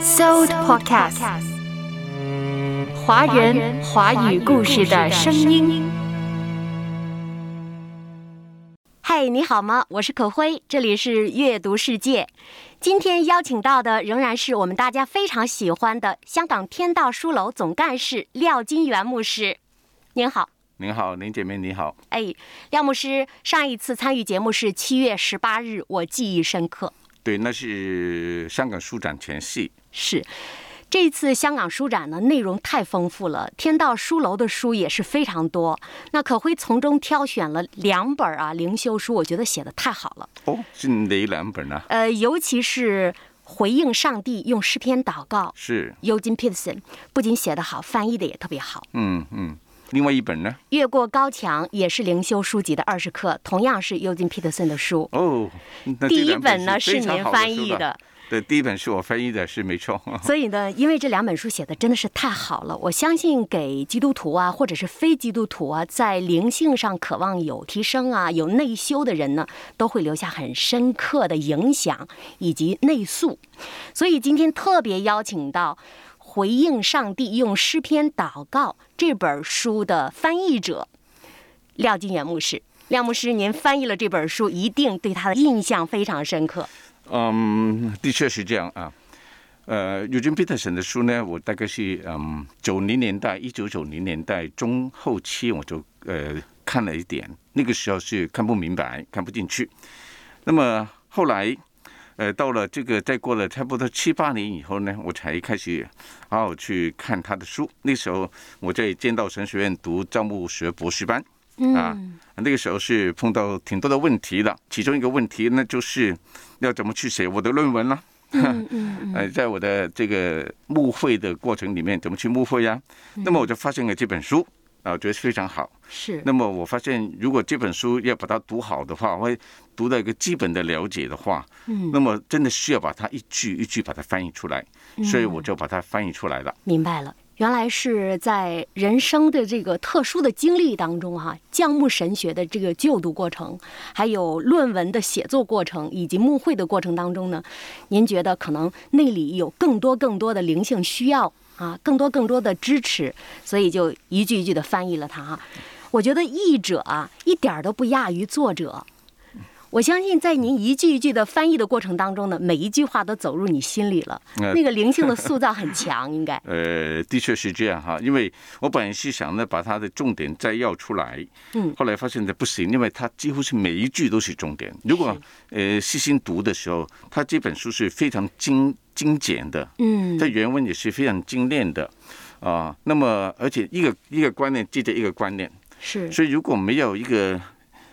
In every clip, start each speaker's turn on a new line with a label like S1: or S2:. S1: Sold Podcast，华人华语故事的声音。嗨，你好吗？我是可辉，这里是阅读世界。今天邀请到的仍然是我们大家非常喜欢的香港天道书楼总干事廖金元牧师。您好。
S2: 您好，林姐妹，你好。
S1: 哎，廖牧师，上一次参与节目是七月十八日，我记忆深刻。
S2: 对，那是香港书展前夕。
S1: 是，这次香港书展呢，内容太丰富了，天道书楼的书也是非常多。那可辉从中挑选了两本啊灵修书，我觉得写的太好了。
S2: 哦，是哪两本啊呢？
S1: 呃，尤其是回应上帝用诗篇祷告
S2: 是，
S1: ，Eugene Peterson 不仅写得好，翻译的也特别好。
S2: 嗯嗯。另外一本呢？
S1: 越过高墙也是灵修书籍的二十课，同样是 Eugene Peterson 的书。
S2: 哦，那
S1: 第
S2: 这
S1: 一
S2: 两
S1: 本呢
S2: 是非常
S1: 您
S2: 好
S1: 翻
S2: 书
S1: 译
S2: 的。
S1: 的，
S2: 对，第一本是我翻译的，是没错。
S1: 所以呢，因为这两本书写的真的是太好了，我相信给基督徒啊，或者是非基督徒啊，在灵性上渴望有提升啊、有内修的人呢，都会留下很深刻的影响以及内塑。所以今天特别邀请到《回应上帝用诗篇祷告》这本书的翻译者廖金元牧师。廖牧师，您翻译了这本书，一定对他的印象非常深刻。
S2: 嗯，的确是这样啊。呃，Eugene Peterson 的书呢，我大概是嗯九零年代，一九九零年代中后期我就呃看了一点，那个时候是看不明白，看不进去。那么后来，呃，到了这个再过了差不多七八年以后呢，我才开始好好去看他的书。那时候我在剑道神学院读造物学博士班，啊，那个时候是碰到挺多的问题的，其中一个问题那就是要怎么去写我的论文啦。 呃，在我的这个牧会的过程里面，怎么去牧会呀？那么我就发现了这本书啊，我觉得非常好。
S1: 是
S2: 那么我发现，如果这本书要把它读好的话，我会读到一个基本的了解的话，嗯，那么真的需要把它一句一句把它翻译出来，所以我就把它翻译出来了。
S1: 明白了，原来是在人生的这个特殊的经历当中哈、降木神学的这个就读过程，还有论文的写作过程，以及牧会的过程当中呢，您觉得可能那里有更多更多的灵性需要啊，更多更多的支持，所以就一句一句的翻译了它哈、我觉得译者啊，一点儿都不亚于作者。我相信，在您一句一句的翻译的过程当中呢，每一句话都走入你心里了，
S2: 呃
S1: 那个灵性的塑造很强，应该。
S2: 呃，的确是这样哈，因为我本来是想呢把它的重点摘要出来，
S1: 嗯，
S2: 后来发现呢不行，因为它几乎是每一句都是重点。如果呃细心读的时候，它这本书是非常精精简的，
S1: 嗯
S2: 它原文也是非常精炼的啊、那么而且一个一个观念接着一个观念，，
S1: 是，
S2: 所以如果没有一个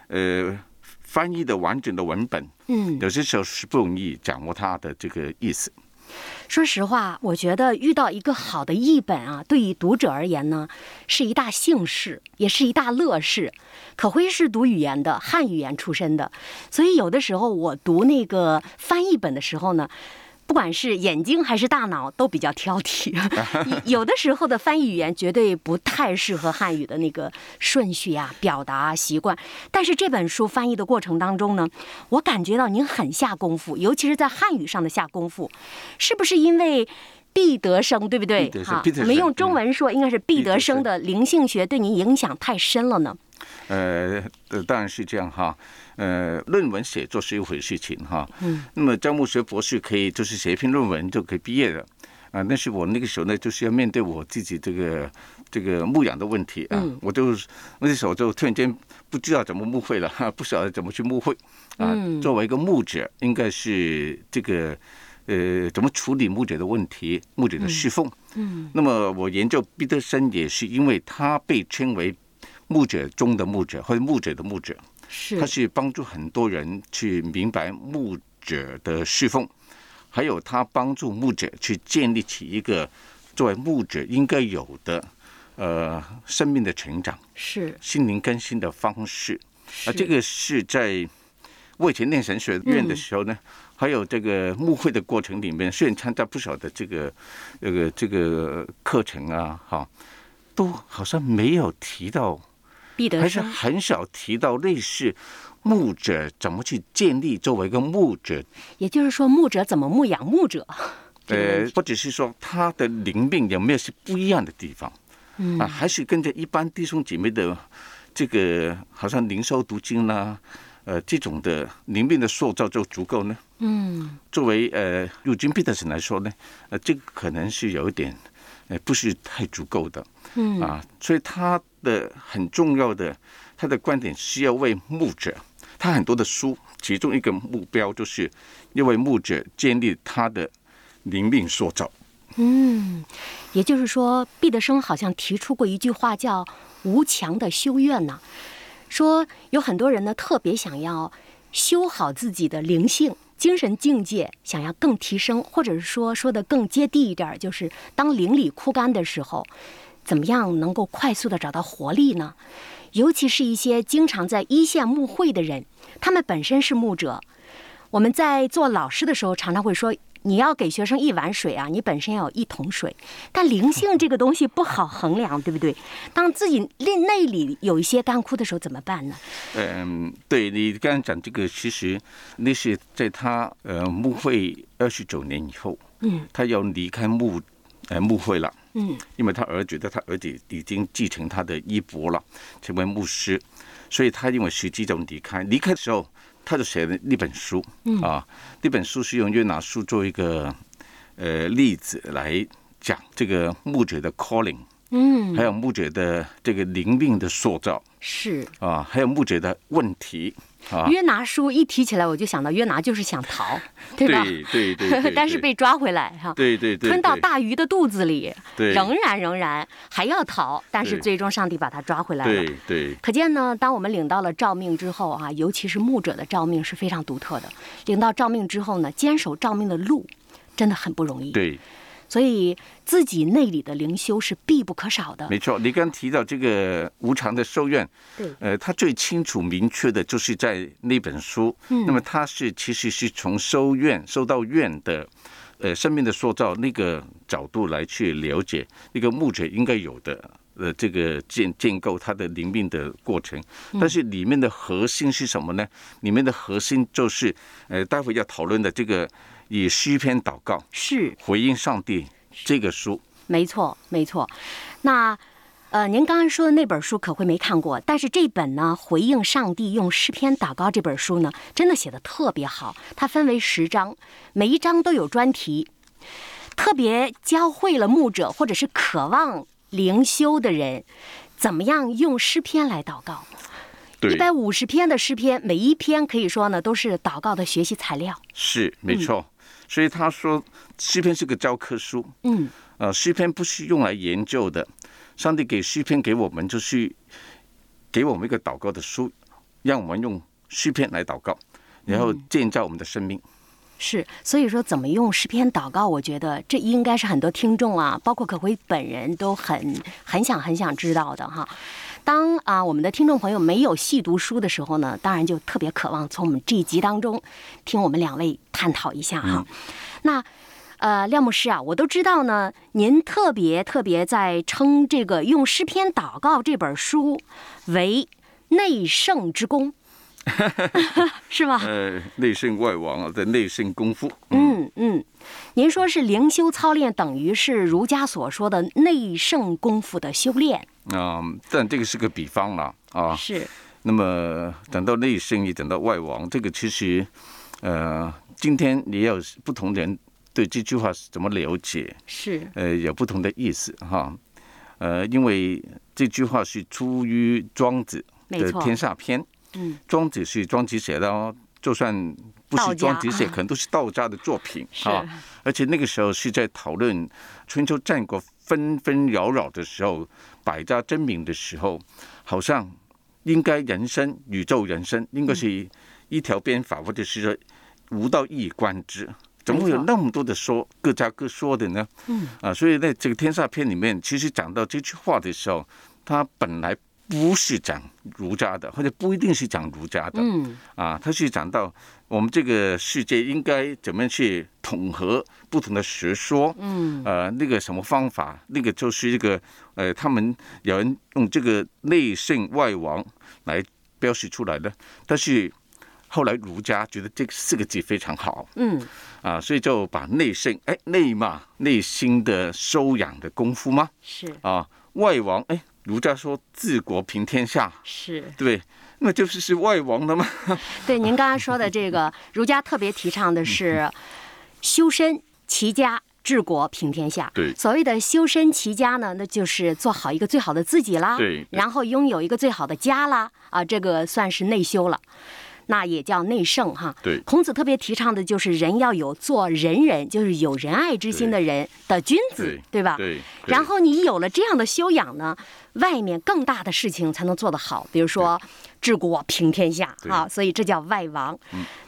S2: 呃翻译的完整的文本，
S1: 嗯，
S2: 有些时候是不容易掌握它的这个意思。
S1: 说实话，我觉得遇到一个好的译本啊，对于读者而言呢，是一大幸事，也是一大乐事。可辉是读语言的，汉语言出身的，所以有的时候我读那个翻译本的时候呢。不管是眼睛还是大脑，都比较挑剔。 有有的时候的翻译语言绝对不太适合汉语的那个顺序啊、表达啊、习惯。但是这本书翻译的过程当中呢，我感觉到您很下功夫，尤其是在汉语上的下功夫，是不是因为？毕德生对不对
S2: 毕德？生
S1: 哈
S2: 毕德，生嗯
S1: 我们用中文说，应该是毕
S2: 毕
S1: 德
S2: 德
S1: 生
S2: 生
S1: 的灵性学对您影响太深了呢。
S2: 呃，呃当然是这样哈。呃，论文写作是一回事情哈。嗯。那么张牧学博士可以就是写一篇论文就可以毕业了啊、但是我那个时候呢，就是要面对我自己这个这个牧养的问题啊。我就那时候就突然间不知道怎么牧会了， 哈，不晓得怎么去牧会啊。作为一个牧者，应该是这个。呃，怎么处理牧者的问题，牧者的侍奉？嗯，那么我研究毕德森也是因为他被称为牧者中的牧者，或者牧者的牧者，
S1: 是
S2: 他是帮助很多人去明白牧者的侍奉，还有他帮助牧者去建立起一个作为牧者应该有的呃生命的成长、
S1: 是
S2: 心灵更新的方式。
S1: 是
S2: 啊，这个是在我以前念神学院的时候呢，还有这个牧会的过程里面，虽然参加不少的这个这个这个课程啊，哈，都好像没有提到。
S1: 毕德
S2: 还是
S1: 生
S2: 很少提到类似牧者怎么去建立作为一个牧者，
S1: 也就是说，牧者怎么牧养牧者？这个问
S2: 呃
S1: 题，
S2: 或者是说他的灵命有没有是不一样的地方？嗯啊，还是跟着一般弟兄姐妹的这个好像灵修读经啦、呃这种的灵命的塑造就足够呢？
S1: 嗯
S2: 作为呃入金 Peterson 来说呢，呃，这个可能是有一点呃不是太足够的。
S1: 嗯
S2: 啊，所以他的很重要的他的观点是要为牧者，他很多的书，其中一个目标就是要为牧者建立他的灵命塑造。
S1: 嗯，也就是说，毕德生好像提出过一句话叫“无墙的修院”呢，说有很多人呢特别想要修好自己的灵性。精神境界想要更提升，或者是说说的更接地一点儿，就是当灵里枯干的时候，怎么样能够快速的找到活力呢？尤其是一些经常在一线牧会的人，他们本身是牧者，我们在做老师的时候，常常会说，你要给学生一碗水啊，你本身要有一桶水。但灵性这个东西不好衡量，对不对？当自己内内里有一些干枯的时候，怎么办呢？
S2: 嗯，对你刚刚讲这个，其实那是在他呃牧会二十九年以后，
S1: 嗯，
S2: 他要离开牧呃牧会了，
S1: 嗯，
S2: 因为他儿觉得他儿子已经继承他的衣钵了，成为牧师，所以他因为时机就离开。离开的时候，他就写了那本书，嗯啊，那本书是用约拿书做一个呃例子来讲这个牧者的 calling，
S1: 嗯，
S2: 还有牧者的这个灵命的塑造
S1: 是。
S2: 啊，还有牧者的问题啊。
S1: 约拿书一提起来，我就想到约拿就是想 逃，对吧？
S2: 对对对，
S1: 但是
S2: 对
S1: 被抓回来哈，
S2: 对对对
S1: 吞到
S2: 对
S1: 大鱼的肚子里，
S2: 对
S1: 仍然仍然还要逃，但是
S2: 对
S1: 最终上帝把他抓回来了。
S2: 对对
S1: 可见呢，当我们领到了诏命之后啊，尤其是牧者的诏命是非常独特的。领到诏命之后呢，坚守诏命的路真的很不容易。，
S2: 对，
S1: 所以自己内里的灵修是必不可少的。
S2: 没错。你刚提到这个无偿的受愿，
S1: 对
S2: 呃，他最清楚明确的就是在那本书。
S1: 嗯
S2: 那么他是其实是从收愿、收到愿的，呃，生命的塑造那个角度来去了解那个牧者应该有的。呃，这个建建构他的灵命的过程，
S1: 嗯
S2: 但是里面的核心是什么呢？里面的核心就是，呃，待会要讨论的这个以诗篇祷告，
S1: 是，
S2: 回应上帝这个书，
S1: 没错，没错。那呃，您刚才说的那本书可会没看过，但是这本呢，《回应上帝用诗篇祷告》这本书呢，真的写的特别好。它分为十章，每一章都有专题，特别教会了牧者或者是渴望灵修的人，怎么样用诗篇来祷告。一
S2: 对，
S1: 百五十篇的诗篇，每一篇可以说呢都是祷告的学习材料。
S2: 是没错。所以他说，诗篇是个教科书，
S1: 嗯，
S2: 呃，诗篇不是用来研究的。上帝给诗篇给我们，就是给我们一个祷告的书，让我们用诗篇来祷告，然后建造我们的生命。
S1: 是，所以说怎么用诗篇祷告，我觉得这应该是很多听众啊，包括可辉本人都很很想很想知道的哈。当啊我们的听众朋友没有细读书的时候呢，当然就特别渴望从我们这一集当中听我们两位探讨一下哈。那呃，廖牧师啊，我都知道呢，您特别特别在称这个用诗篇祷告这本书为内圣之功，是吧？
S2: 呃，内圣外王啊，的内圣功夫。
S1: 嗯嗯，您说是灵修操练等于是儒家所说的内圣功夫的修炼，
S2: 嗯、但这个是个比方啦啊。
S1: 是
S2: 那么等到内圣，也等到外王，这个其实，呃，今天也有不同人对这句话是怎么了解，
S1: 是，
S2: 呃，有不同的意思哈。呃，因为这句话是出于庄子
S1: 没
S2: 的
S1: 错
S2: 《天下篇》，
S1: 嗯，
S2: 庄子是庄子写的哦，就算不
S1: 道家
S2: 是庄子写，
S1: 啊
S2: 可能都是道家的作 品
S1: 是
S2: 啊。而且那个时候是在讨论春秋战国纷纷扰扰的时候，百家争鸣的时候，好像应该人生、宇宙人生应该
S1: 嗯
S2: 是一条鞭法，或者是说无到一以贯之。怎么会有
S1: 没错
S2: 那么多的说各家各说的呢？嗯啊，所以在这个《天下篇》里面，其实讲到这句话的时候，它本来不是讲儒家的，或者不一定是讲儒家的。
S1: 嗯，
S2: 啊，他是讲到我们这个世界应该怎么样去统合不同的学说，嗯，呃，那个什么方法，那个就是一个呃，他们有人用这个内圣外王来标示出来的，但是后来儒家觉得这四个字非常好
S1: 嗯
S2: 啊，所以就把内圣哎内嘛内心的修养的功夫嘛
S1: 是
S2: 啊，外王哎儒家说治国平天下，
S1: 是。
S2: 对不对？那就是是外王的嘛，
S1: 对，您刚才说的这个，儒家特别提倡的
S2: 嗯
S1: 是修身齐家。治国平天下，
S2: 对
S1: 所谓的修身齐家呢，那就是做好一个最好的自己啦，
S2: 对对
S1: 然后拥有一个最好的家啦，啊，这个算是内修了，那也叫内圣哈。
S2: 对
S1: 孔子特别提倡的就是人要有做仁人，就是有仁爱之心的人的君子，
S2: 对
S1: 吧？
S2: 对。对
S1: 然后你有了这样的修养呢，外面更大的事情才能做得好，比如说治国平天下
S2: 对嗯
S1: 啊，所以这叫外王。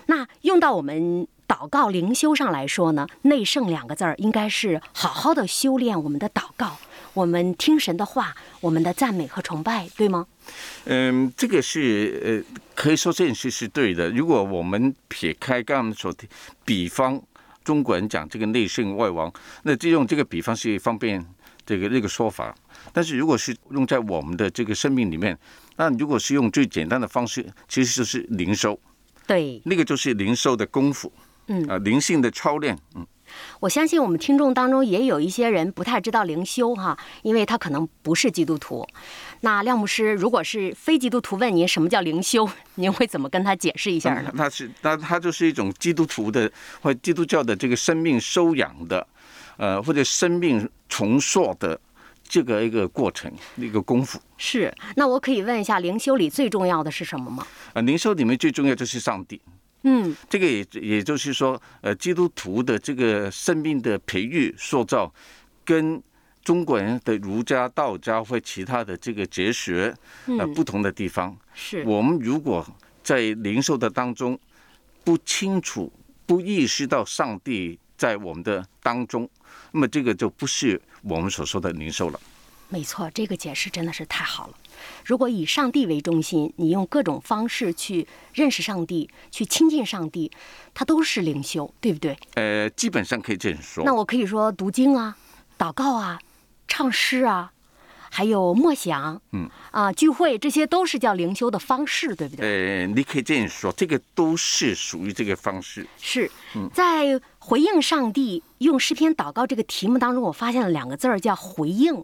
S1: 那用到我们祷告灵修上来说呢，内圣两个字儿应该是好好的修炼我们的祷告，我们听神的话，我们的赞美和崇拜，对吗？
S2: 嗯，这个是呃，可以说这件事是对的。如果我们撇开刚刚我们所提，比方中国人讲这个内圣外王，那就用这个比方是方便这个那个说法。但是如果是用在我们的这个生命里面，那如果是用最简单的方式，其实就是灵修，
S1: 对，
S2: 那个就是灵修的功夫，
S1: 嗯
S2: 啊、灵性的操练，嗯，
S1: 我相信我们听众当中也有一些人不太知道灵修哈，因为他可能不是基督徒。那廖牧师，如果是非基督徒问您什么叫灵修， 您会怎么跟他解释一下呢？
S2: 那是那它就是一种基督徒的或基督教的这个生命修养的，呃，或者生命重塑的这个一个过程，一个功夫
S1: 是，那我可以问一下，灵修里最重要的是什么吗？
S2: 啊。灵修里面最重要就是上帝，
S1: 嗯，
S2: 这个也也就是说，呃，基督徒的这个生命的培育塑造，跟中国人的儒家、道家或其他的这个哲学，呃，不同的地方。
S1: 是
S2: 我们如果在零售的当中不清楚、不意识到上帝在我们的当中，那么这个就不是我们所说的零售了。
S1: 没错，这个解释真的是太好了。如果以上帝为中心，你用各种方式去认识上帝，去亲近上帝，它都是灵修，对不对？
S2: 呃，基本上可以这样说。
S1: 那我可以说读经啊、祷告啊、唱诗啊，还有默想，嗯啊，聚会，这些都是叫灵修的方式，对不对？
S2: 呃，你可以这样说，这个都是属于这个方式。
S1: 是在回应上帝用诗篇祷告这个题目当中，我发现了两个字儿叫回 应，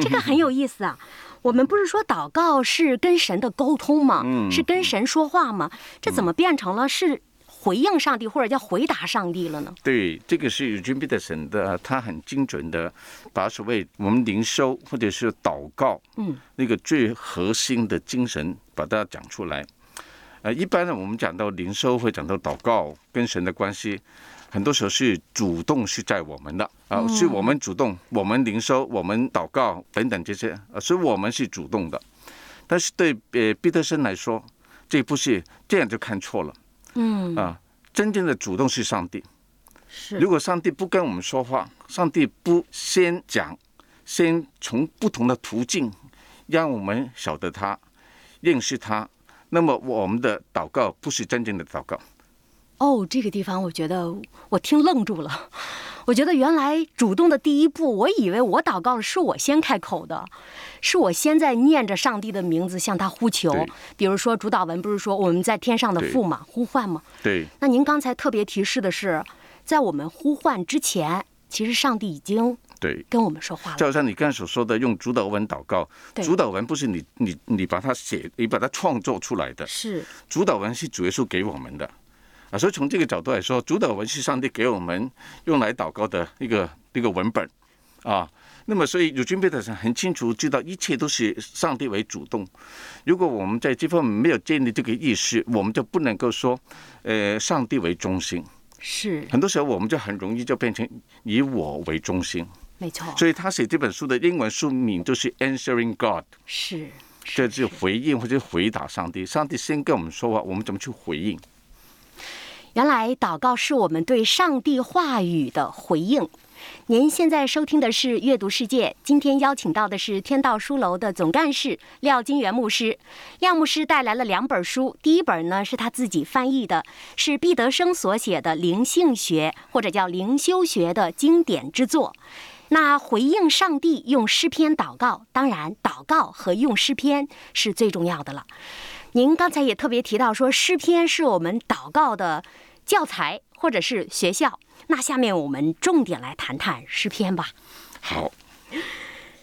S1: 这个很有意思啊。我们不是说祷告是跟神的沟通吗？是跟神说话吗？这怎么变成了是回应上帝或者叫回答上帝了呢？
S2: 对，这个是 Eugene Peterson 的，他很精准的把所谓我们灵修或者是祷告，
S1: 嗯，
S2: 那个最核心的精神把它讲出来。呃，一般呢，我们讲到灵修会讲到祷告跟神的关系，很多时候是主动是在我们的啊、
S1: 嗯
S2: 是我们主动，我们灵修，我们祷告等等这些，啊，所以我们是主动的。但是对呃彼得森来说，这不是这样就看错了
S1: 嗯，
S2: 啊，真正的主动是上帝。
S1: 是
S2: 如果上帝不跟我们说话，上帝不先讲，先从不同的途径让我们晓得他、认识他，那么我们的祷告不是真正的祷告。
S1: 哦，这个地方我觉得我听愣住了。我觉得原来主动的第一步，我以为我祷告了是我先开口的，是我先在念着上帝的名字向他呼求
S2: 对。
S1: 比如说主导文不是说我们在天上的
S2: 对
S1: 父嘛，呼唤嘛。
S2: 对
S1: 那您刚才特别提示的是，在我们呼唤之前，其实上帝已经
S2: 对，
S1: 跟我们说话
S2: 就
S1: 了。
S2: 好像你刚才所说的，用主导文祷告，
S1: 对
S2: 主导文不是你你你把它写，你把它创作出来的，
S1: 是
S2: 主导文是主耶稣给我们的啊，所以从这个角度来说，主导文是上帝给我们用来祷告的一个一个文本啊。那么，所以有军备的人很清楚知道，一切都是上帝为主动。如果我们在这方面没有建立这个意识，我们就不能够说，呃，上帝为中心。
S1: 是，
S2: 很多时候，我们就很容易就变成以我为中心。
S1: 没错，
S2: 所以他写这本书的英文书名就是 Answering God，
S1: 是
S2: 这就是回应或者回答上帝。上帝先跟我们说话，我们怎么去回应？
S1: 原来祷告是我们对上帝话语的回应。您现在收听的是《阅读世界》，今天邀请到的是天道书楼的总干事廖金元牧师。廖牧师带来了两本书，第一本呢是他自己翻译的，是毕德生所写的《灵性学》或者叫灵修学的经典之作。那回应上帝用诗篇祷告，当然祷告和用诗篇是最重要的了。您刚才也特别提到说，诗篇是我们祷告的教材或者是学校。那下面我们重点来谈谈诗篇吧。
S2: 好，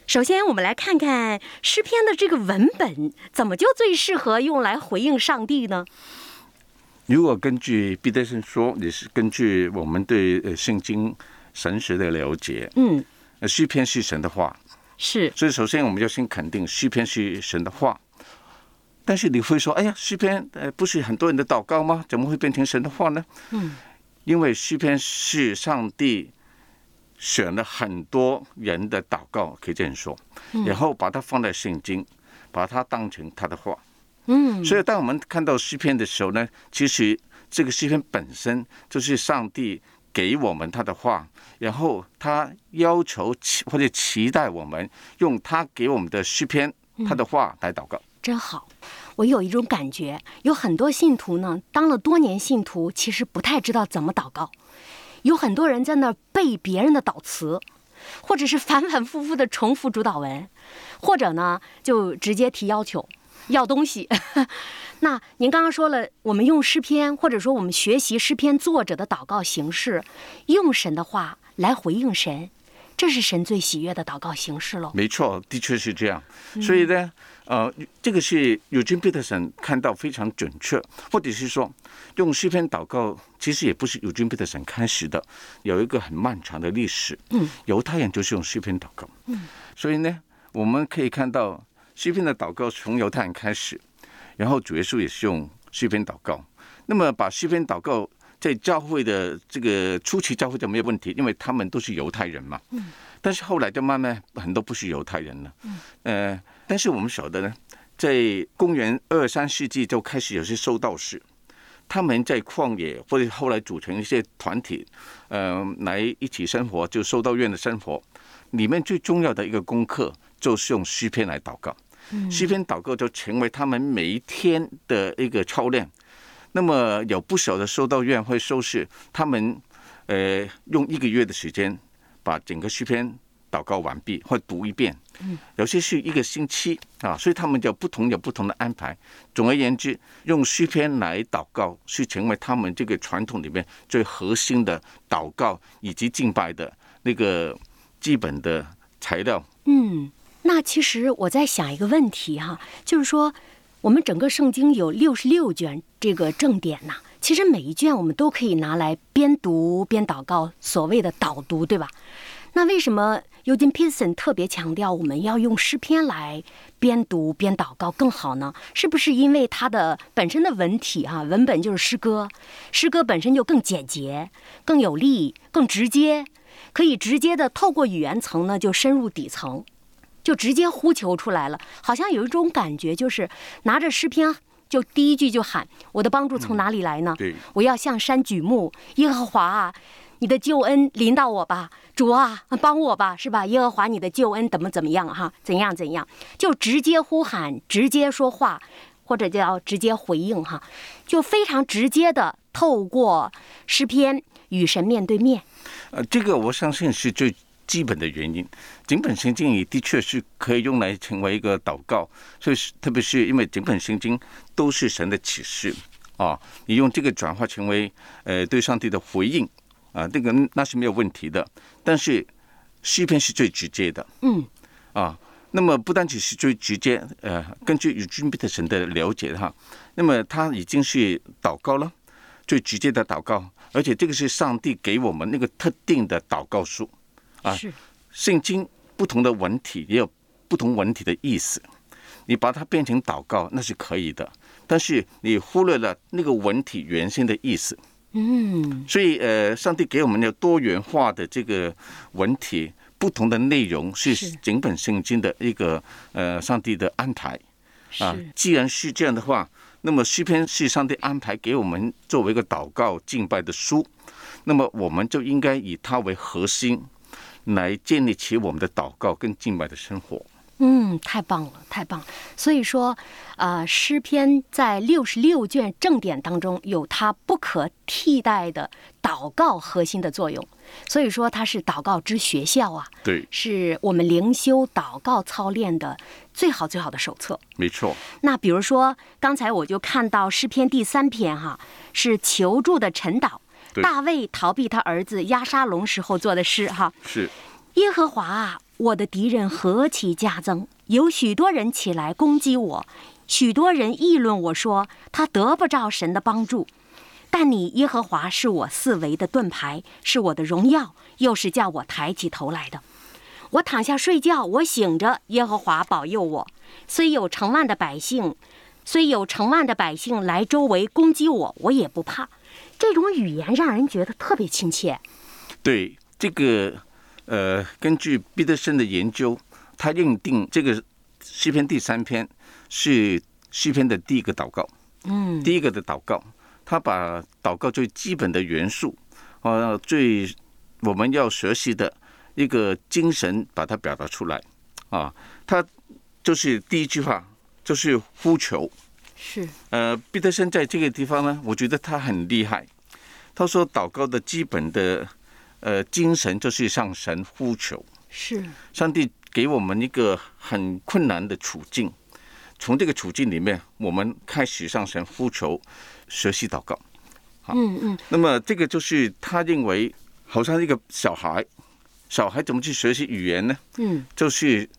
S1: 首先，我们来看看诗篇的这个文本，怎么就最适合用来回应上帝呢？
S2: 如果根据毕德森说，也是根据我们对呃圣经神学的了解，
S1: 嗯，
S2: 呃诗篇是神的话，
S1: 是
S2: 所以首先我们要先肯定诗篇是神的话。但是你会说，哎呀，诗篇呃不是很多人的祷告吗？怎么会变成神的话呢？嗯，因为诗篇是上帝选了很多人的祷告，可以这样说，然后把它放在圣经，把它当成他的话。嗯，所以当我们看到诗篇的时候呢，其实这个诗篇本身就是上帝给我们他的话，然后他要求期或者期待我们用他给我们的诗篇他的话来祷告。
S1: 真好。我有一种感觉，有很多信徒呢，当了多年信徒，其实不太知道怎么祷告。有很多人在那儿背别人的祷词，或者是反反复复的重复主导文，或者呢就直接提要求，要东西。 那您刚刚说了，我们用诗篇，或者说我们学习诗篇作者的祷告形式，用神的话来回应神，这是神最喜悦的祷告形式喽。
S2: 没错，的确是这样。所以呢，呃，这个是尤金·彼得森看到非常准确，或者是说用诗篇祷告，其实也不是尤金·彼得森开始的，有一个很漫长的历史。嗯，犹太人就是用诗篇祷告。嗯，所以呢，我们可以看到诗篇的祷告从犹太人开始，然后主耶稣也是用诗篇祷告。那么把诗篇祷告在教会的这个初期教会就没有问题，因为他们都是犹太人嘛。但是后来就慢慢很多不是犹太人了。呃，但是我们晓得呢，在公元二三世纪就开始有些修道士，他们在旷野或者后来组成一些团体，呃，来一起生活，就修道院的生活。里面最重要的一个功课就是用诗篇来祷告，诗篇祷告就成为他们每一天的一个操练。那么有不少的修道院会收拾他们，呃，用一个月的时间把整个诗篇祷告完毕或读一遍，有些是一个星期啊，所以他们就不同有不同的安排。总而言之，用诗篇来祷告是成为他们这个传统里面最核心的祷告以及敬拜的那个基本的材料。
S1: 嗯，那其实我在想一个问题哈、就是说我们整个圣经有六十六卷这个正典呐、其实每一卷我们都可以拿来边读边祷告，所谓的导读，对吧？那为什么尤金·皮森特别强调我们要用诗篇来边读边祷告更好呢？是不是因为它的本身的文体哈、文本就是诗歌，诗歌本身就更简洁、更有力、更直接，可以直接的透过语言层呢就深入底层，就直接呼求出来了，好像有一种感觉，就是拿着诗篇。就第一句就喊我的帮助从哪里来呢？
S2: 嗯对
S1: 我要向山举目，耶和华啊，你的救恩临到我吧，主啊，帮我吧，是吧？耶和华你的救恩怎么怎么样哈、怎样怎样，就直接呼喊，直接说话，或者叫直接回应哈、就非常直接的透过诗篇与神面对面。
S2: 呃，这个我相信是最基本的原因。整本圣经也的确是可以用来成为一个祷告，所以是特别是因为整本圣经都是神的启示啊，你用这个转化成为呃对上帝的回应啊，这个那是没有问题的。但是诗篇是最直接的，
S1: 嗯，
S2: 啊，那么不单只是最直接，呃，根据与君彼得神的了解哈，那么他已经是祷告了。最直接的祷告，而且这个是上帝给我们那个特定的祷告书。啊
S1: 是，
S2: 圣经不同的文体也有不同文体的意思，你把它变成祷告那是可以的，但是你忽略了那个文体原先的意思。
S1: 嗯，
S2: 所以呃，上帝给我们的多元化的这个文体，不同的内容是
S1: 是
S2: 整本圣经的一个呃上帝的安排。
S1: 是，
S2: 啊，既然是这样的话，那么诗篇是上帝安排给我们作为一个祷告敬拜的书，那么我们就应该以它为核心，来建立起我们的祷告跟敬拜的生活。
S1: 嗯，太棒了，太棒了。所以说，呃，诗篇在六十六卷正典当中有它不可替代的祷告核心的作用。所以说，它是祷告之学校啊，
S2: 对，
S1: 是我们灵修祷告操练的最好最好的手册。
S2: 没错，
S1: 那比如说，刚才我就看到诗篇第三篇哈、是求助的陈导，
S2: 对
S1: 大卫逃避他儿子押沙龙时候做的诗哈、
S2: 是
S1: 耶和华啊，我的敌人何其加增！有许多人起来攻击我，许多人议论我说他得不着神的帮助。但你耶和华是我四围的盾牌，是我的荣耀，又是叫我抬起头来的。我躺下睡觉，我醒着，耶和华保佑我。虽有成万的百姓，虽有成万的百姓来周围攻击我，我也不怕。这种语言让人觉得特别亲切。
S2: 对这个呃，根据毕德森的研究，他认定这个诗篇第三篇是诗篇的第一个祷告，嗯，第一个的祷告，他把祷告最基本的元素，呃，最我们要学习的一个精神，把它表达出来啊。他就是第一句话就是呼求，
S1: 是，
S2: 呃，彼得森在这个地方呢，我觉得他很厉害。他说，祷告的基本的呃精神就是向神呼求，
S1: 是，
S2: 上帝给我们一个很困难的处境，从这个处境里面，我们开始向神呼求，学习祷告。
S1: 嗯嗯。
S2: 那么这个就是他认为，好像一个小孩，小孩怎么去学习语言呢？
S1: 嗯，
S2: 就是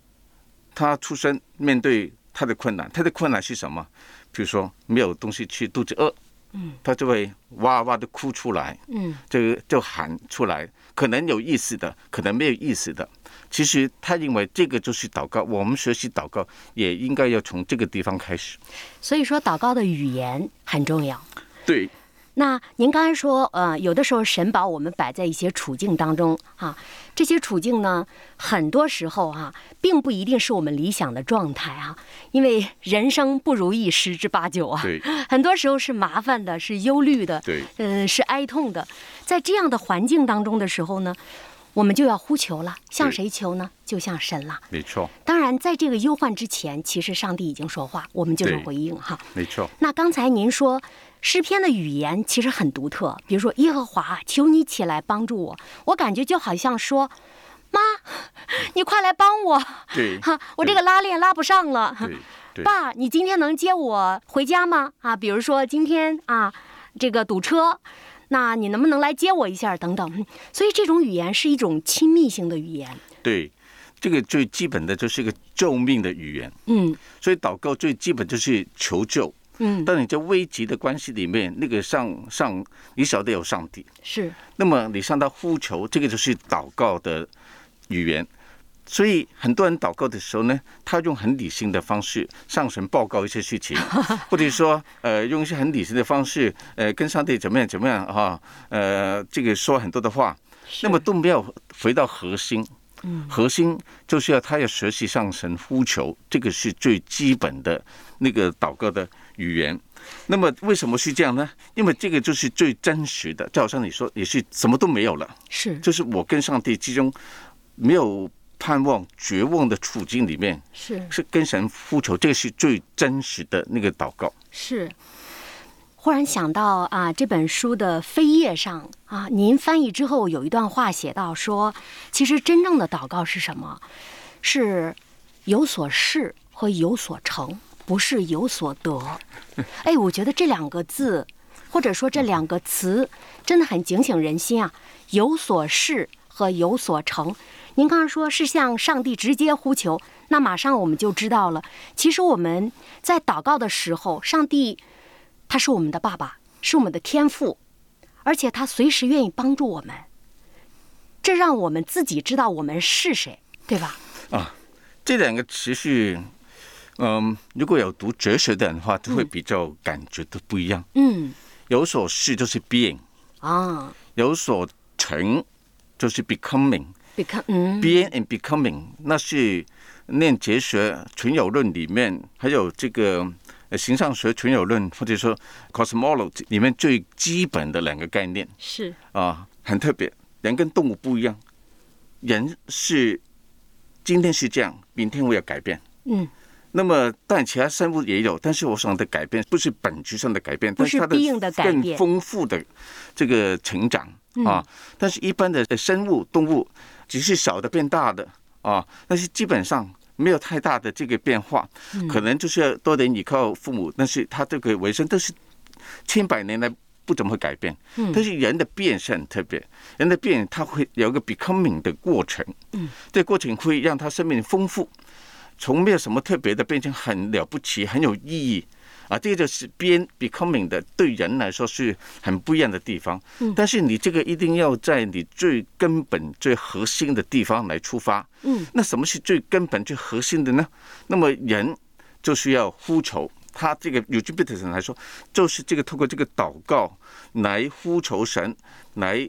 S2: 他出生面对他的困难，他的困难是什么？比如说没有东西吃，肚子饿，嗯，他就会哇哇的哭出来，
S1: 嗯，
S2: 就就喊出来，可能有意思的，可能没有意思的。其实他认为这个就是祷告，我们学习祷告也应该要从这个地方开始。
S1: 所以说祷告的语言很重要。
S2: 对，
S1: 那您刚才说，呃，有的时候神把我们摆在一些处境当中啊，这些处境呢，很多时候哈、并不一定是我们理想的状态哈、因为人生不如意十之八九啊，
S2: 对，
S1: 很多时候是麻烦的，是忧虑的，
S2: 对，
S1: 呃，是哀痛的。在这样的环境当中的时候呢，我们就要呼求了，向
S2: 对
S1: 谁求呢？就向神了。
S2: 没错，
S1: 当然，在这个忧患之前，其实上帝已经说话，我们就是
S2: 对
S1: 回应哈。
S2: 没错，
S1: 那刚才您说诗篇的语言其实很独特，比如说耶和华，求你起来帮助我，我感觉就好像说，妈， 你快来帮我，
S2: 对，
S1: 哈，我这个拉链拉不上了，
S2: 对，对，
S1: 爸，你今天能接我回家吗？啊，比如说今天啊，这个堵车。那你能不能来接我一下？等等，嗯所以这种语言是一种亲密性的语言。
S2: 对，这个最基本的就是一个救命的语言。
S1: 嗯
S2: 所以祷告最基本就是求救。
S1: 嗯，
S2: 当你在危急的关系里面，那个上上，你晓得有上帝，
S1: 是
S2: 那么你向他呼求，这个就是祷告的语言。所以很多人祷告的时候呢，他用很理性的方式向神报告一些事情，或者说呃用一些很理性的方式，呃跟上帝怎么样怎么样啊，呃这个说很多的话，那么都没有回到核心。核心就是要他要学习向神呼求，这个是最基本的那个祷告的语言。那么为什么是这样呢？因为这个就是最真实的，就好像你说也是什么都没有了，
S1: 是
S2: 就是我跟上帝之中没有盼望、绝望的处境里面，
S1: 是
S2: 是跟神呼求，这个是最真实的那个祷告。
S1: 是。忽然想到啊，这本书的扉页上啊，您翻译之后有一段话写到说，其实真正的祷告是什么？是有所事和有所成，不是有所得。哎，我觉得这两个字，或者说这两个词，真的很警醒人心啊。有所事和有所成，您刚刚说是向上帝直接呼求，那马上我们就知道了。其实我们在祷告的时候，上帝他是我们的爸爸，是我们的天父，而且他随时愿意帮助我们。这让我们自己知道我们是谁，对吧？
S2: 这两个词是，嗯，如果有读哲学的人的话，就会比较感觉都不一样。
S1: 嗯
S2: 有所是就是 being，
S1: 啊，
S2: 有所成就是 becoming。
S1: 你看，嗯
S2: Being and Becoming，那是念哲学《存有论》里面，还有这个呃形上学《存有论》，或者说 Cosmology 里面最基本的两个概念
S1: 是
S2: 啊，很特别。人跟动物不一样，人是今天是这样，明天我要改变。
S1: 嗯，
S2: 那么，但其他生物也有，但是我想的改变不是本质上的改变，
S1: 不是
S2: 但
S1: 必
S2: 是
S1: 应的改
S2: 它的
S1: 变嗯
S2: 更丰富的这个成长啊。但是，一般的呃生物、动物只是小的变大的啊，但是基本上没有太大的这个变化，
S1: 嗯
S2: 可能就是多点依靠父母，但是它这个维生，但是千百年来不怎么改变。但是人的变是很特别，人的变它会有一个 becoming 的过程，嗯，这个过程会让他生命丰富。从没有什么特别的变成很了不起、很有意义啊，这个是 being becoming 的，对人来说是很不一样的地方。但是你这个一定要在你最根本、最核心的地方来出发。
S1: 嗯，
S2: 那什么是最根本、最核心的呢？那么人就是要呼求。他这个有句 b i t 来说，就是这个透过这个祷告来呼求神，来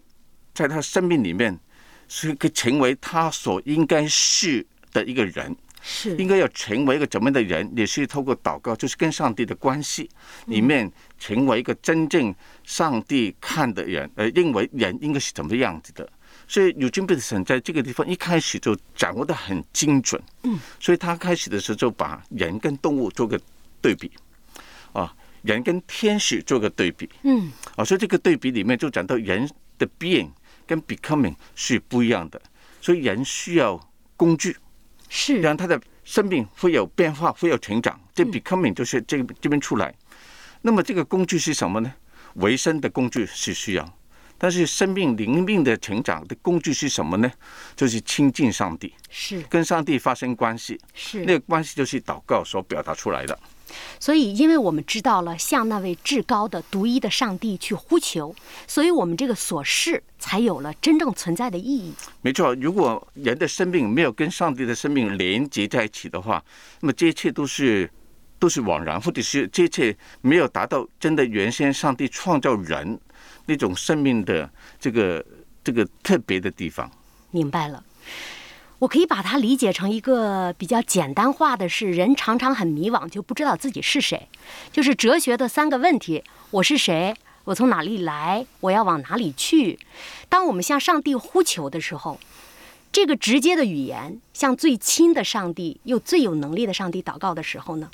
S2: 在他生命里面是个成为他所应该是的一个人。
S1: 是
S2: 应该要成为一个怎么样的人，也是透过祷告，就是跟上帝的关系里面，成为一个真正上帝看的人，呃，认为人应该是怎么样子的。所以有金贝神在这个地方一开始就掌握的很精准，嗯，所以他开始的时候就把人跟动物做个对比，啊，人跟天使做个对比，
S1: 嗯，
S2: 啊，所以这个对比里面就讲到人的 being 跟 becoming 是不一样的，所以人需要工具，
S1: 是
S2: 让他的生命会有变化，会有成长。这 becoming 就是这这边出来。那么这个工具是什么呢？维生的工具是需要，但是生命灵命的成长的工具是什么呢？就是亲近上帝，
S1: 是
S2: 跟上帝发生关系。
S1: 是
S2: 那个关系就是祷告所表达出来的。
S1: 所以，因为我们知道了向那位至高的、独一的上帝去呼求，所以我们这个所事才有了真正存在的意义。
S2: 没错，如果人的生命没有跟上帝的生命连接在一起的话，那么这一切都是都是枉然，或者是这一切没有达到真的原先上帝创造人那种生命的这个这个特别的地方。
S1: 明白了。我可以把它理解成一个比较简单化的是，人常常很迷惘，就不知道自己是谁，就是哲学的三个问题：我是谁？我从哪里来？我要往哪里去？当我们向上帝呼求的时候，这个直接的语言，向最亲的上帝又最有能力的上帝祷告的时候呢，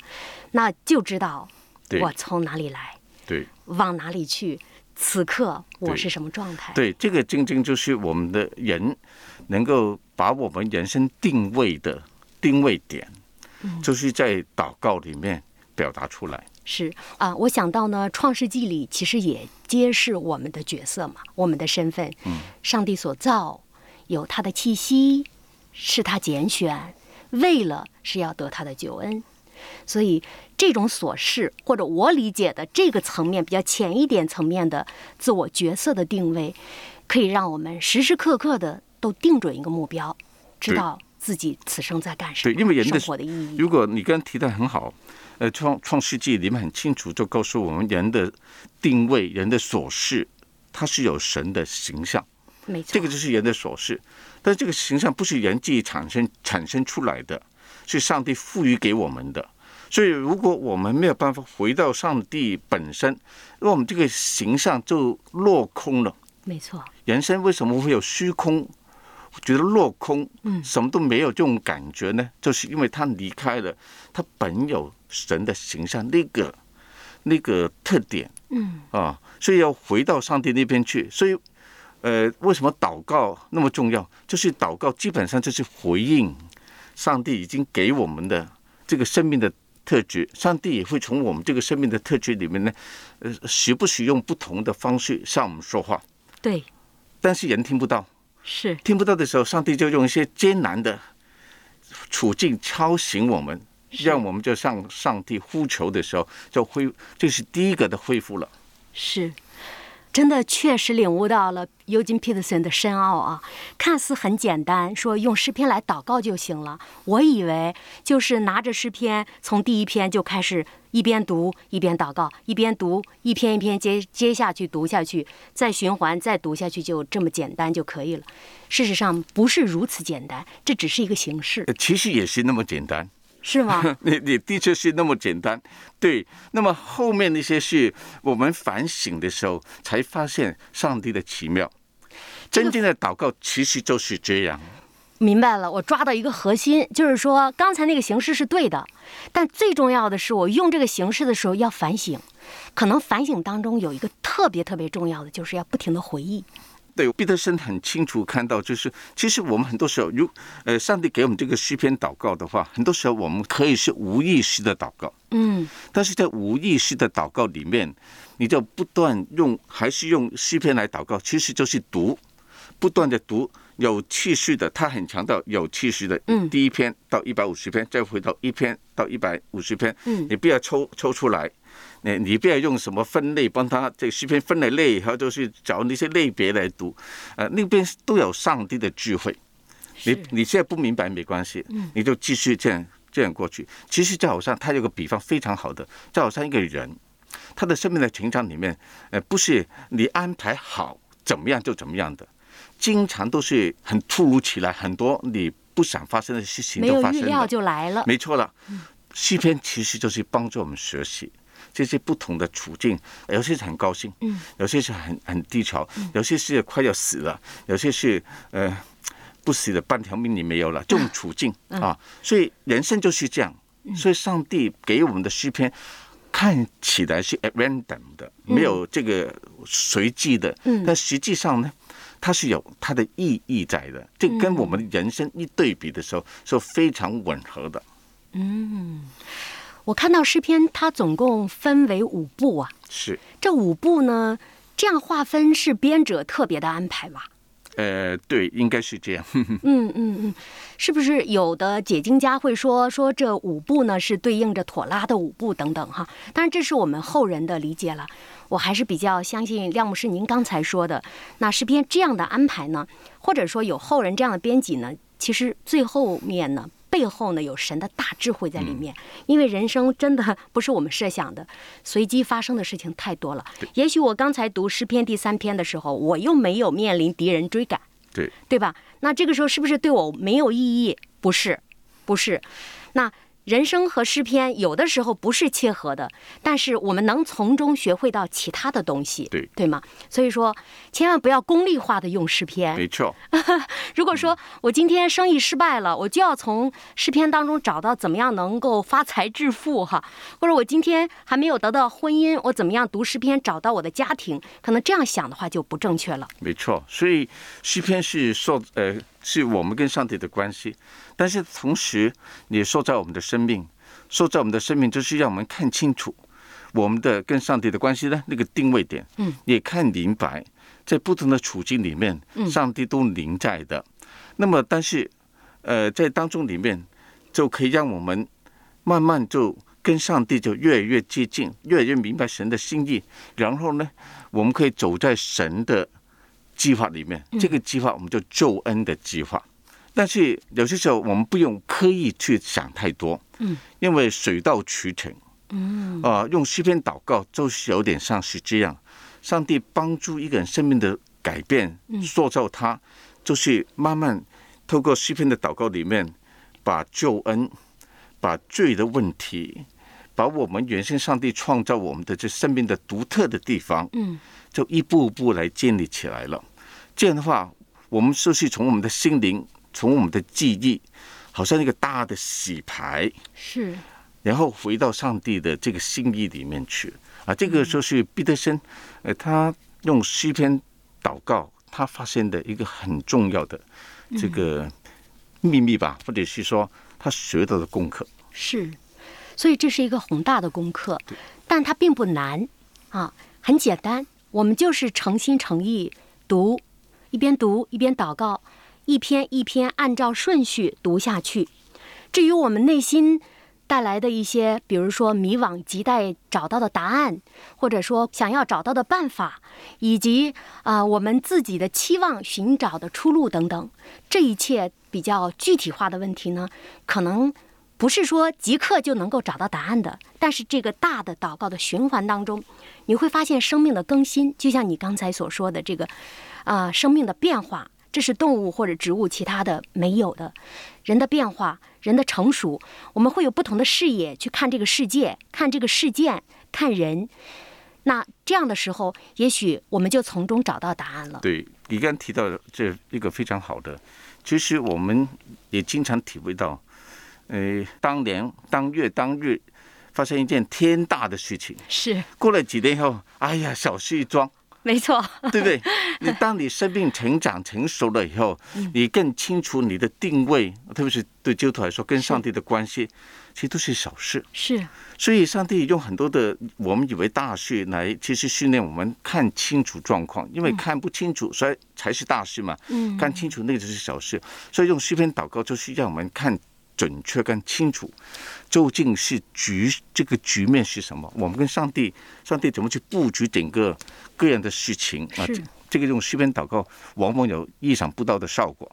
S1: 那就知道
S2: 对
S1: 我从哪里来，
S2: 对
S1: 往哪里去，此刻我是什么状态。
S2: 对，这个正正就是我们的人能够把我们人生定位的定位点，就是在祷告里面表达出来。
S1: 是啊，我想到呢，《创世纪》里其实也揭示我们的角色嘛，我们的身份。嗯，上帝所造，有他的气息，是他拣选，为了是要得他的救恩。所以，这种琐事，或者我理解的这个层面比较浅一点层面的自我角色的定位，可以让我们时时刻刻的都定准一个目标，知
S2: 对
S1: 道自己此生在干什么，
S2: 对，因为人的
S1: 生活的意义。
S2: 如果你刚刚提的很好，呃，创创世纪里面很清楚，就告诉我们人的定位、人的所事，它是有神的形象，
S1: 没错，
S2: 这个就是人的所事。但这个形象不是人自己产生产生出来的，是上帝赋予给我们的。所以，如果我们没有办法回到上帝本身，那我们这个形象就落空了。
S1: 没错，
S2: 人生为什么会有虚空，觉得落空，什么都没有这种感觉呢？就是因为他离开了他本有神的形象那个那个特点，嗯啊，所以要回到上帝那边去。所以，呃，为什么祷告那么重要？就是祷告基本上就是回应上帝已经给我们的这个生命的。特质，上帝也会从我们这个生命的特质里面呢，呃，时不时用不同的方式向我们说话。
S1: 对，
S2: 但是人听不到，
S1: 是
S2: 听不到的时候，上帝就用一些艰难的处境敲醒我们，让我们就向上帝呼求的时候，就恢，这是第一个的恢复了。
S1: 是，真的确实领悟到了尤金·皮特森的深奥啊！看似很简单，说用诗篇来祷告就行了。我以为就是拿着诗篇，从第一篇就开始一边读一边祷告，一边读一篇一篇接接下去读下去，再循环再读下去，就这么简单就可以了。事实上不是如此简单，这只是一个形式，
S2: 呃其实也是那么简单，
S1: 是吗？
S2: 你你的确是那么简单，对。那么后面那些是我们反省的时候才发现上帝的奇妙。真正的祷告其实就是这样，
S1: 明白了，我抓到一个核心，就是说刚才那个形式是对的，但最重要的是，我用这个形式的时候要反省，可能反省当中有一个特别特别重要的，就是要不停的回忆。
S2: 对，彼得森很清楚看到，就是其实我们很多时候，如呃，上帝给我们这个诗篇祷告的话，很多时候我们可以是无意识的祷告，
S1: 嗯，
S2: 但是在无意识的祷告里面，你就不断用还是用诗篇来祷告，其实就是读，不断的读，有气势的，他很强调有气势的，
S1: 嗯
S2: 第一篇到一百五十篇，再回到一篇到一百五十篇，
S1: 嗯
S2: 你不要抽抽出来。你你不要用什么分类帮他这个诗篇分了类以后，就是找那些类别来读，呃，那边都有上帝的智慧。你
S1: 是嗯
S2: 你现在不明白没关系，你就继续这样这样过去。其实就好像他有个比方非常好的，就好像一个人，他的生命的成长里面，呃，不是你安排好怎么样就怎么样的，经常都是很突如其来，很多你不想发生的事情
S1: 没
S2: 都
S1: 有
S2: 发
S1: 预
S2: 生
S1: 料
S2: 了。
S1: 就来了。
S2: 没错了，诗篇其实就是帮助我们学习这些不同的处境，有些是很高兴，
S1: 嗯，
S2: 有些是很很低潮，有些是快要死了，有些是呃不死的半条命也没有了，这
S1: 嗯
S2: 种处境啊，所以人生就是这样，所以上帝给我们的诗篇。看起来是 at random 的，没有这个随机的，
S1: 嗯
S2: 但实际上呢，它是有它的意义在的。这
S1: 嗯
S2: 跟我们人生一对比的时候，是非常吻合的。
S1: 我看到诗篇，它总共分为五部啊，
S2: 是，
S1: 这五部呢，这样划分是编者特别的安排吧？
S2: 呃，对，应该是这样。
S1: 嗯嗯嗯，是不是有的解经家会说说这五部呢是对应着妥拉的五部等等哈？当然这是我们后人的理解了，我还是比较相信亮牧师您刚才说的，那诗篇这样的安排呢，或者说有后人这样的编辑呢，其实最后面呢。背后呢有神的大智慧在里面，因为人生真的不是我们设想的，随机发生的事情太多了。也许我刚才读诗篇第三篇的时候，我又没有面临敌人追赶，
S2: 对，
S1: 对吧？那这个时候是不是对我没有意义？不是，不是。那人生和诗篇有的时候不是切合的，但是我们能从中学会到其他的东西，
S2: 对
S1: 对吗？所以说，千万不要功利化的用诗篇。
S2: 没错，
S1: 如果说我今天生意失败了，我就要从诗篇当中找到怎么样能够发财致富哈，或者我今天还没有得到婚姻，我怎么样读诗篇找到我的家庭？可能这样想的话就不正确了。
S2: 没错。所以诗篇是受呃，是我们跟上帝的关系，但是同时也塑造我们的生命，塑造我们的生命就是让我们看清楚我们的跟上帝的关系呢那个定位点，嗯，也看明白在不同的处境里面，上帝都临在的。那么，但是呃，在当中里面就可以让我们慢慢就跟上帝就越来越接近，越来越明白神的心意，然后呢，我们可以走在神的计划里面。这个计划我们就救恩的计划。但是有些时候我们不用刻意去想太多，嗯，因为水到渠成，嗯，啊、用诗篇祷告就是有点像是这样，上帝帮助一个人生命的改变，塑造他，就是慢慢透过诗篇的祷告里面，把救恩、把罪的问题，把我们原先上帝创造我们的这生命的独特的地方，
S1: 嗯，
S2: 就一步步来建立起来了。这样的话，我们就是从我们的心灵，从我们的记忆，好像一个大的洗牌，
S1: 是，
S2: 然后回到上帝的这个心意里面去啊。这个就是毕德森，呃，他用诗篇祷告，他发现的一个很重要的这个秘密吧，或者是说他学到的功课。
S1: 是，所以这是一个宏大的功课，但它并不难啊，很简单。我们就是诚心诚意读，一边读一边祷告，一篇一篇按照顺序读下去。至于我们内心带来的一些，比如说迷惘、亟待找到的答案，或者说想要找到的办法，以及啊、呃我们自己的期望、寻找的出路等等，这一切比较具体化的问题呢，可能不是说即刻就能够找到答案的，但是这个大的祷告的循环当中，你会发现生命的更新，就像你刚才所说的这个，啊、生命的变化，这是动物或者植物其他的没有的，人的变化，人的成熟，我们会有不同的视野去看这个世界，看这个事件，看人。那这样的时候，也许我们就从中找到答案了。
S2: 对，你刚提到的这一个非常好的，其实我们也经常体会到，呃，当年当月当日发生一件天大的事情，
S1: 是，
S2: 过了几年以后，哎呀，小事一桩，
S1: 没错，
S2: 对不对？你当你生命成长成熟了以后，你更清楚你的定位，特别是对基督徒来说，跟上帝的关系，其实都是小事。
S1: 是
S2: 所以，上帝用很多的我们以为大事来，其实训练我们看清楚状况，因为看不清楚，所以才是大事嘛。
S1: 嗯，
S2: 看清楚那个就是小事。所以用诗篇祷告就是让我们看准确、跟清楚，究竟是局这个局面是什么，我们跟上帝，上帝怎么去布局整个个人的事情啊？
S1: 是
S2: 这这个用诗篇祷告往往有意想不到的效果。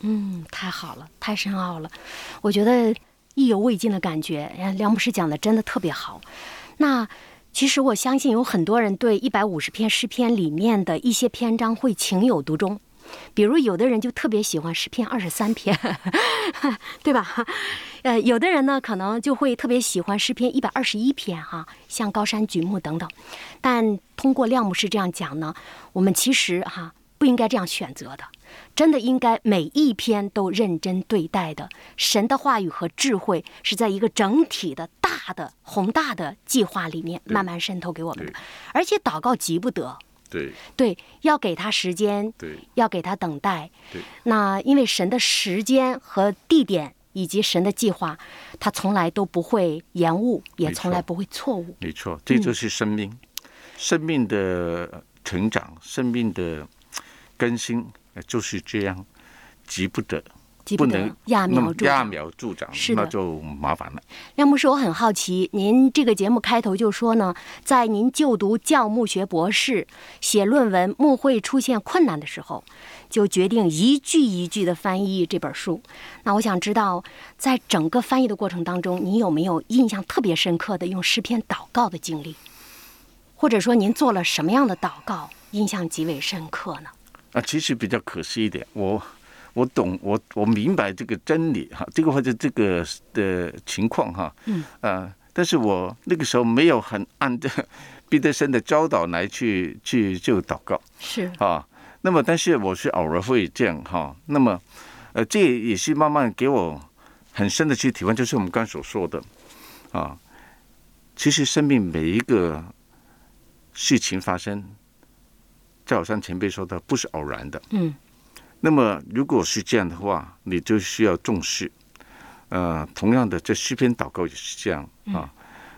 S1: 嗯，太好了，太深奥了，我觉得意犹未尽的感觉。哎梁牧师讲的真的特别好。那其实我相信有很多人对一百五十篇诗篇里面的一些篇章会情有独钟，比如有的人就特别喜欢诗篇二十三篇，对吧？ 呃，有的人呢可能就会特别喜欢诗篇一百二十一篇哈、像高山举目等等。但通过亮牧师这样讲呢，我们其实哈、不应该这样选择的。真的应该每一篇都认真对待的。神的话语和智慧是在一个整体的大的宏大的计划里面慢慢渗透给我们的
S2: 对，
S1: 而且祷告急不得，
S2: 对
S1: 对，要给他时间，
S2: 对
S1: 要给他等待。
S2: 对，
S1: 那因为神的时间和地点以及神的计划，他从来都不会延误，也
S2: 没错
S1: 从来不会错误。
S2: 没错，这
S1: 嗯
S2: 就是生命，生命的成长，生命的更新，呃就是这样，急不得，
S1: 急
S2: 不
S1: 不得
S2: 能，
S1: 揠
S2: 那
S1: 苗
S2: 么
S1: 助
S2: 揠
S1: 长。
S2: 苗助长，
S1: 是的
S2: 那就麻烦了。
S1: 廖牧师，我很好奇，您这个节目开头就说呢，在您就读教牧学博士、写论文、牧会出现困难的时候，就决定一句一句的翻译这本书。那我想知道，在整个翻译的过程当中，您有没有印象特别深刻的用诗篇祷告的经历，或者说您做了什么样的祷告，印象极为深刻呢？
S2: 啊，其实比较可惜一点，我我懂，我我明白这个真理哈，这个或者这个的情况哈，嗯，呃，但是我那个时候没有很按照 彼得森的教导来去去就祷告。
S1: 是
S2: 啊。那么，但是我是偶尔会这样哈、那么，呃，这也是慢慢给我很深的去体会，就是我们刚所说的啊。其实生命每一个事情发生，就好像前辈说的，不是偶然的。
S1: 嗯。
S2: 那么，如果是这样的话，你就需要重视。呃，同样的，这诗篇祷告也是这样啊。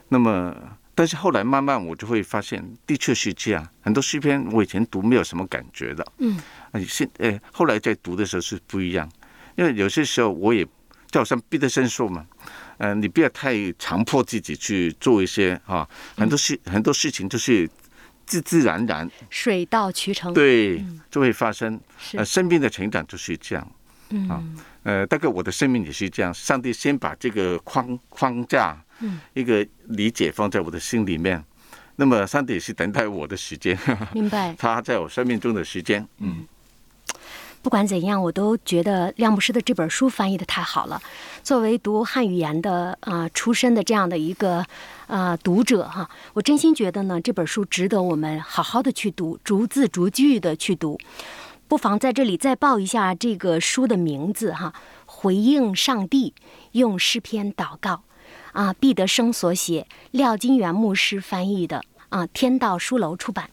S2: 那么，但是后来慢慢我就会发现，的确是这样。很多诗篇我以前读没有什么感觉的，
S1: 嗯，
S2: 哎，现呃后来在读的时候是不一样，因为有些时候我也就好像彼得森说嘛，呃，你不要太强迫自己去做一些啊，很多事、很多事情就是自自然然，
S1: 水到渠成。，
S2: 对，就会发生。
S1: 嗯是
S2: 呃，生命的成长就是这样。
S1: 嗯
S2: 啊，呃，大概我的生命也是这样。上帝先把这个框框架，
S1: 嗯
S2: 一个理解放在我的心里面。那么，上帝也是等待我的时间，
S1: 明白。
S2: 他在我生命中的时间。嗯，
S1: 不管怎样，我都觉得亮牧师的这本书翻译的太好了。作为读汉语言的啊、呃出身的这样的一个呃读者哈、我真心觉得呢，这本书值得我们好好的去读，逐字逐句的去读。不妨在这里再报一下这个书的名字哈、回应上帝，用诗篇祷告。啊，毕德生所写，廖金元牧师翻译的啊，天道书楼出版。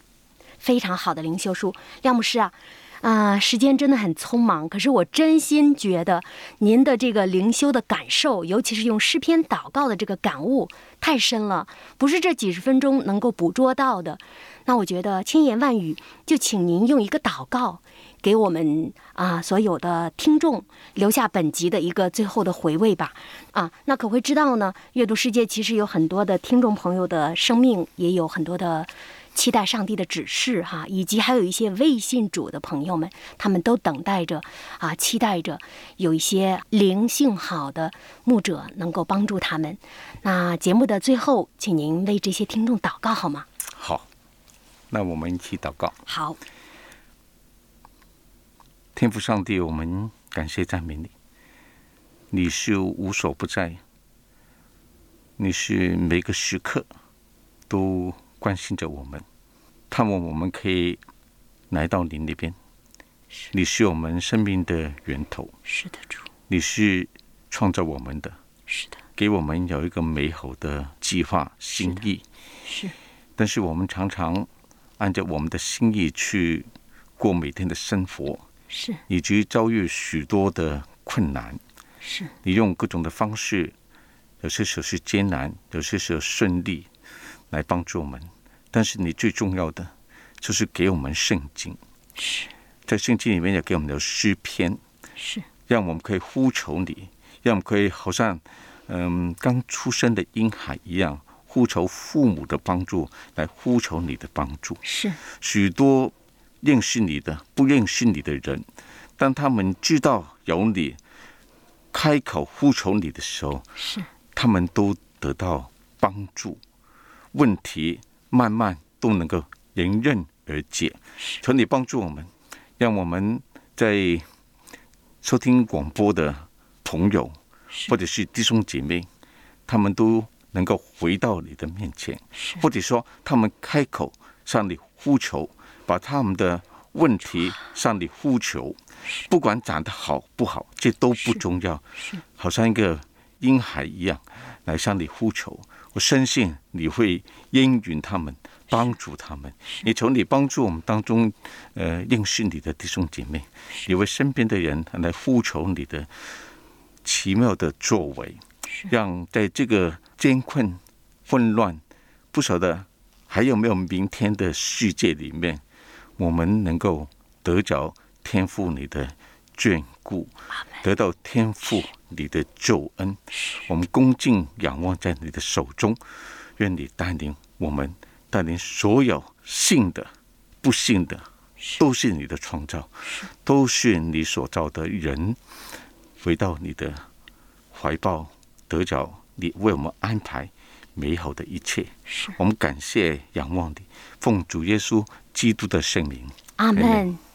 S1: 非常好的灵修书。廖牧师啊，啊、时间真的很匆忙，可是我真心觉得您的这个灵修的感受，尤其是用诗篇祷告的这个感悟太深了，不是这几十分钟能够捕捉到的。那我觉得千言万语，就请您用一个祷告。给我们啊、所有的听众留下本集的一个最后的回味吧。啊，那可会知道呢？阅读世界其实有很多的听众朋友的生命，也有很多的期待上帝的指示哈、以及还有一些未信主的朋友们，他们都等待着啊，期待着有一些灵性好的牧者能够帮助他们。那节目的最后，请您为这些听众祷告好吗？
S2: 好，那我们一起祷告。
S1: 好，
S2: 天父上帝，我们感谢赞美你，你是无所不在，你是每个时刻都关心着我们，他们我们可以来到您那边，你是我们生命的源头，
S1: 是的，主，
S2: 你是创造我们的，
S1: 是的，
S2: 给我们有一个美好的计划心意。
S1: 是
S2: 但是我们常常按照我们的心意去过每天的生活，
S1: 是
S2: 以及遭遇许多的困难。
S1: 是
S2: 你用各种的方式，有些时候是艰难，有些时候顺利，来帮助我们。但是你最重要的就是给我们圣经，
S1: 是
S2: 在圣经里面也给我们的诗篇，
S1: 是
S2: 让我们可以呼求你，让我们可以好像嗯刚出生的婴孩一样，呼求父母的帮助，来呼求你的帮助。
S1: 是
S2: 许多认识你的、不认识你的人，当他们知道有你，开口呼求你的时候，
S1: 是
S2: 他们都得到帮助，问题慢慢都能够迎刃而解。求你帮助我们，让我们在收听广播的朋友
S1: 是
S2: 或者是弟兄姐妹，他们都能够回到你的面前。
S1: 是
S2: 或者说他们开口向你呼求，把他们的问题向你呼求，不管长得好不好，这都不重要，
S1: 是
S2: 好像一个婴孩一样来向你呼求。我深信你会应允他们，帮助他们。也求你帮助我们当中，呃，认识你的弟兄姐妹，也为身边的人来呼求你的奇妙的作为，让在这个艰困、混乱、不晓得还有没有明天的世界里面，我们能够得着天父你的眷顾，得到天父你的救恩。我们恭敬仰望在你的手中，愿你带领我们，带领所有信的、不信的，都是你的创造，都是你所造的人，回到你的怀抱，得着你为我们安排美好的一切。
S1: 是，
S2: 我们感谢仰望你，奉主耶稣基督的圣名，
S1: 阿门
S2: Amen。